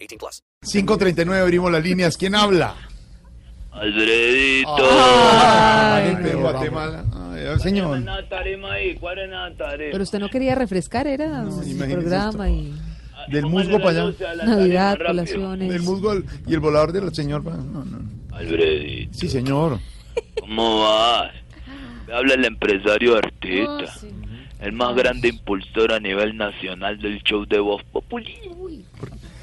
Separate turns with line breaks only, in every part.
18 plus.
539 abrimos las líneas. ¿Quién habla? Ah,
Alfredito.
Gente de Guatemala. Ay, ay, señor.
Una tarima ahí, ¿cuál es la tarima?
Pero usted no quería refrescar, era su
imagínese
programa y
Ah,
del
póngale
musgo
la
para allá.
luz a la tarima,
Navidad,
rápido.
colaciones.
El musgol y el volador del señor. pa- no, no.
Alfredito,
Sí, señor.
¿cómo vas? Me habla el empresario artista, el más grande impulsor a nivel nacional del show de voz populi.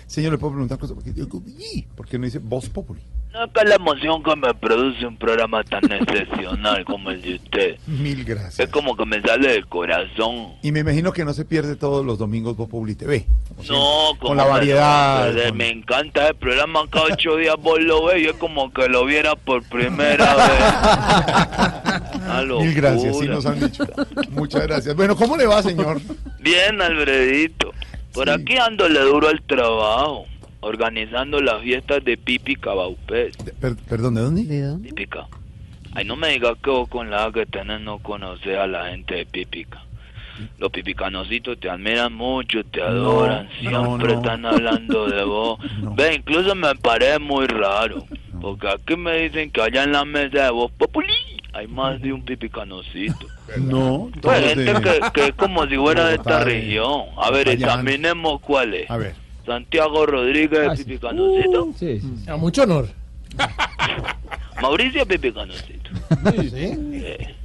Señor, le puedo preguntar cosas. ¿Por qué, Uy, ¿por qué no dice voz populi?
No es la emoción que me produce un programa tan excepcional como el de usted.
Mil
Es
gracias.
como que me sale del corazón.
Y me imagino que no se pierde todos los domingos Voz Populi TV. como
No,
siempre,
como
con la
me-
variedad.
me-
con-
Me encanta el programa, cada ocho días vos lo ves y es como que lo viera por primera vez. Una
Mil gracias, sí
locura.
nos han dicho. Muchas gracias. Bueno, ¿cómo le va, señor?
Bien, Alfredito. Por
Sí.
aquí dándole duro al trabajo, organizando las fiestas de Pipi Cabaupés.
De- per- perdón, ¿de dónde?
¿de dónde?
Pipica. Ay, no me digas que vos con la edad que tenés no conoces a la gente de Pipica. Los pipicanocitos te admiran mucho, te adoran,
no,
siempre
no.
están hablando de vos.
No.
Ve, incluso me parece muy raro, porque aquí me dicen que allá en la mesa de vos, Populi, hay más de un pipicanocito.
No, todos
Pues gente
de-
que, que es como si fuera de esta
Bogotá, de-
región. A ver,
Popayán.
examinemos cuál es.
A ver.
Santiago Rodríguez,
Ah,
pipicanocito.
Uh,
A mucho honor.
Mauricio Pipicanocito. Eh,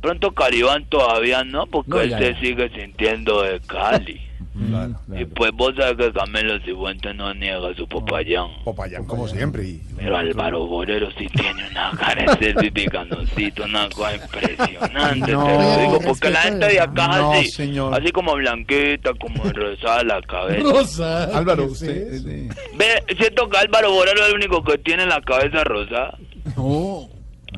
Pronto Caribán todavía no, porque él se sigue sintiendo de Cali.
Mm,
Claro,
Y pues vos sabes que Camilo Cifuentes no niega su papayán.
Popayán, como siempre. Y...
Pero Álvaro Borero sí tiene una cara de ser pipicanocito, una cosa impresionante.
No,
te lo digo,
respeto
porque la gente de acá
no,
así,
señor.
así como blanquita, como enrosada la cabeza.
Rosa.
Álvaro,
¿qué es
usted.
eso?
eh, eh,
Ve, siento que Álvaro Borero es el único que tiene la cabeza rosada.
no,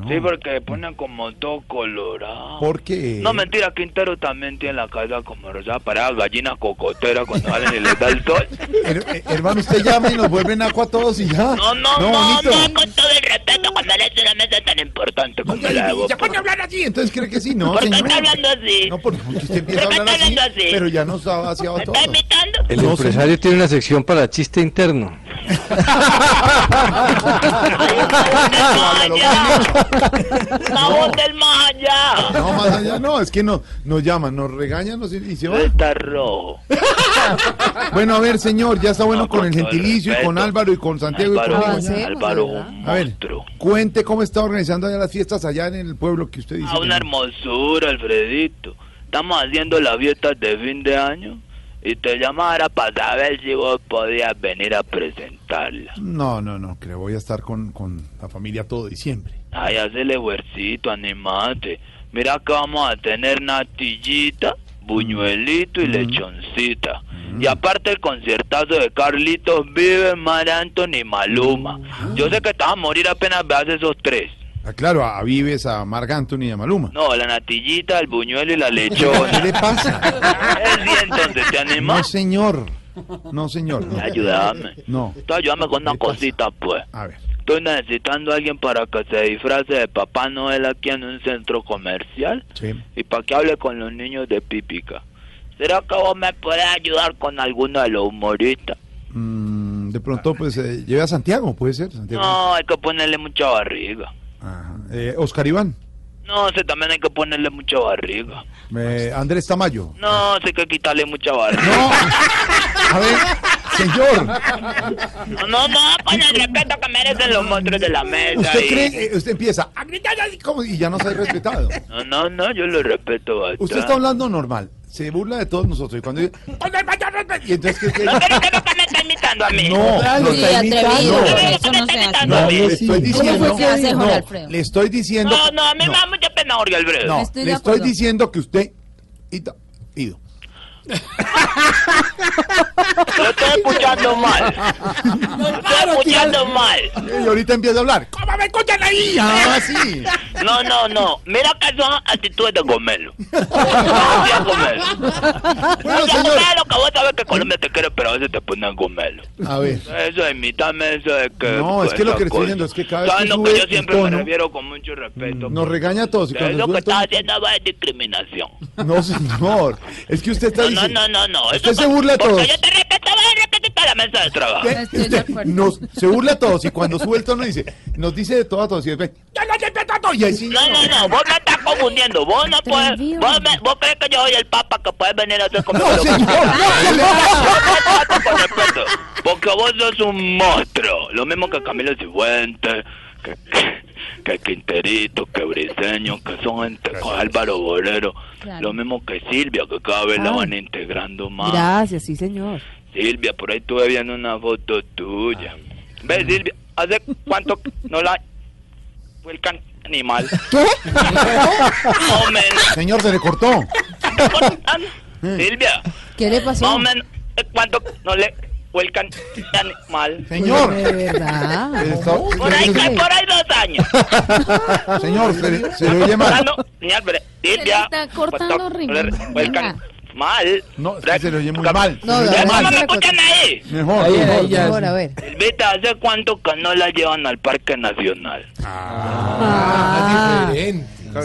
Sí, porque se pone como todo colorado.
Porque.
No, mentira, Quintero también tiene la cabeza como rosada para gallina cocotera cuando salen y les da el sol.
Her- eh, hermano, usted llama y nos vuelve naco a todos y ya.
No, no, no, no,
bonito.
con todo el respeto cuando le hace una mesa tan importante como la de
Ya,
vos.
ya pone a hablar así, entonces cree que sí, ¿no?
¿Por qué
señor?
está hablando así?
No, porque usted empieza a
¿Por qué
hablar
está
así,
hablando así?
pero ya nos ha vaciado
¿Me
todo.
está invitando?
El
No,
empresario tiene una sección para chiste interno.
¡Del más allá! ¡La voz del más allá!
No, más allá, no, es que no, nos llaman, nos regañan, nos y se va.
Está rojo.
Bueno, a ver, señor, ya está bueno
No,
con el
con todo el
gentilicio, y con
respeto.
Álvaro y con Santiago y
Álvaro,
conmigo. ya.
Avancemos,
Álvaro,
¿verdad?
un
A ver.
monstruo.
Cuente cómo está organizando allá las fiestas allá en el pueblo que usted dice.
A
que
una
no.
hermosura, Alfredito. Estamos haciendo las fiestas de fin de año y te llamara para saber si vos podías venir a presentarla.
No, no, no, creo voy a estar con, con la familia todo diciembre.
Ay, haz el esfuercito, animate. Mira que vamos a tener natillita, buñuelito
Mm.
y lechoncita. Y aparte el conciertazo de Carlitos Vives, Mar Anthony y Maluma. Yo sé que te vas a morir apenas veas esos tres.
Ah, claro, a Vives, a Marc Anthony y a Maluma.
No, la natillita, el buñuelo y la lechona.
¿Qué le pasa?
Es bien donde te
No,
animas.
señor. No, señor. no.
Ayúdame.
No.
Tú ayúdame con una
¿Qué pasa?
cosita, pues.
A ver.
Estoy necesitando a alguien para que se disfrace de Papá Noel aquí en un centro comercial
Sí.
y para que hable con los niños de Pípica. ¿Será que vos me podés ayudar con alguno de los humoristas?
Mm, de pronto, pues, eh, lleve a Santiago, puede ser. Santiago.
No, hay que ponerle mucha barriga.
Ajá. Eh, Oscar Iván.
No, se también hay que ponerle mucha barriga.
Eh, Andrés Tamayo.
No, se hay que quitarle mucha barriga.
No. A ver, señor.
No, no, no, con el respeto que merecen los monstruos de la mesa.
Usted
y-
cree, eh, usted empieza a gritar así como- y ya no se ha respetado.
No, no, no, yo lo respeto bastante.
Usted está hablando normal. Se burla de todos nosotros. Y cuando dice, "Con el mayor respeto", y entonces, ¿qué- qué-
No creo que me está imitando a mí.
No, lo
Sí,
está
atrevido,
imitando.
pero eso no se hace.
No,
También.
le estoy diciendo.
fue que hace
no,
Jorge Alfredo?
le estoy diciendo.
No, no, a mí
no,
me da mucha pena Jorge Alfredo.
no,
Estoy de
le estoy
acuerdo.
diciendo que usted. Ita- Ido.
Lo estoy escuchando mal. Lo estoy escuchando mal.
Y ahorita empieza a hablar. ¿Cómo me escuchan ahí? Ah, sí.
No, no, no. Mira que son actitudes de gomelo. No seas gomelo.
Bueno,
No seas
señor.
gomelo, que vos sabes que Colombia te quiere, pero a veces te ponen gomelo.
A ver.
Eso, imítame eso de que... pues,
No, es que lo que le estoy
cosa.
diciendo es que cada vez
¿Sabes
que
lo que
sube
yo
el
siempre me
tono,
refiero con mucho respeto? pues.
Nos regaña a todos. Y
Ustedes
cuando
lo
sube
que
el tono-
está haciendo va es discriminación.
No, señor. Es que usted está
No, no,
diciendo.
no, no, no.
Usted se burla a
Porque
todos.
yo te respeto, vas a respetar la mesa de trabajo.
¿Qué?
Estoy de
Usted
acuerdo.
nos- se burla a todos y cuando sube el tono dice, nos dice de todo a todos y después, "Ya no respeto a todos", y ahí sí,
No, no, no, vos me estás confundiendo. Vos no puedes.
Atrevido.
Vos, me- vos crees que yo soy el papa que puedes venir a hacer conmigo.
No,
lo que
señor,
quieras.
no, ¿qué le
Vos
pasa?
me tratas con respeto, Porque vos sos un monstruo. Lo mismo que Camilo Cifuentes, que, que, que Quinterito, que Briseño, que son gente, que Álvaro Bolero.
Claro.
Lo mismo que Silvia, que cada vez la
Ah.
van integrando más.
Gracias, sí, señor.
Silvia, por ahí estuve viendo una foto tuya.
Ah.
¿Ves, Silvia? ¿Hace cuánto no la... fue el can... animal? Más o menos.
Señor, se le cortó.
¿Te acuerdas? Silvia,
¿Qué le
más o
pasó?
menos ¿hace cuánto no le fue el can... animal?
Señor.
Pues, De verdad.
Está-
Por ahí, por ahí dos años.
Señor, se le, se le oye mal.
Cortando, mira, pero Silvia...
Se le está cortando
cuánto no le
rimas.
fue el can- Mal.
No, es que se le oye muy mal.
No,
se le oye
¿Ves
de verdad,
mal.
cómo
no
me
le corté.
escuchan ahí?
Mejor,
Ahí,
mejor.
ahí, ya.
Por a ver.
Silvita, ¿hace cuánto que no la llevan al Parque Nacional?
Ah,
Claro, es que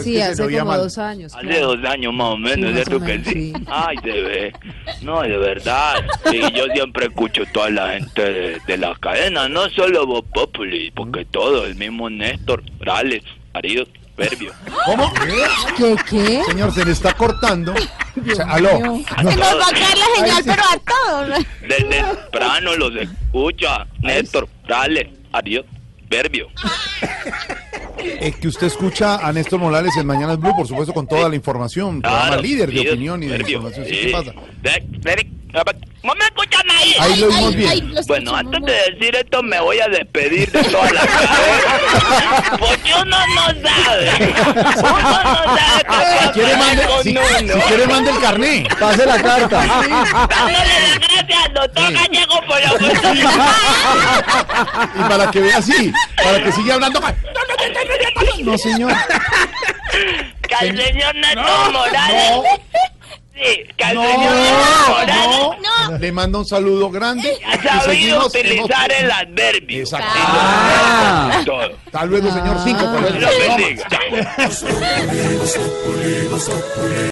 sí,
se le
hace
oía
como
mal.
dos años.
Hace
claro.
dos años más o menos,
Sí, más
¿cierto
o
que
menos,
sí?
sí.
Ay, de ve. No, de verdad. Sí, yo siempre escucho toda la gente de, de la cadena, no solo Voz Populi, porque todo, el mismo Néstor, Rales, Arido, Verbio.
¿Cómo?
¿Qué, qué?
Señor, se le está cortando. O sea, aló.
mío.
No,
Nos va a caer la
Ahí
señal,
sí.
pero a todos.
Desde temprano los escucha Néstor, Rales, Arido, Verbio.
Ah.
Es que usted escucha a Néstor Morales en Mañana Blue, por supuesto, con toda la información. Programa
Claro,
líder de
Arido,
opinión y de
Verbio,
información. Sí,
sí.
¿Qué pasa?
Ve- ve- ¿Cómo me escuchan ahí?
Ahí lo oímos bien.
los
Bueno,
escuchamos
antes de decir esto me voy a despedir de toda la cadena. Porque uno no sabe. Uno Ah, no sabe qué
Ah, Si
va a
quiere,
pasar
mande,
con
si,
uno.
si quiere, mande el carné.
Pase la carta.
Dándole las gracias al doctor Gallego por la
Y para que vea así, para que siga hablando. mal. No, señor.
Que al señor Néstor Morales.
No,
Sí, que al señor Néstor Morales.
no, no. Le mando un saludo grande.
Ha
y seguimos-
sabido utilizar el adverbio.
Exacto.
Y todo.
Hasta
Ah.
luego, señor. Cinco. por
Dios
el-
lo bendiga. Chao.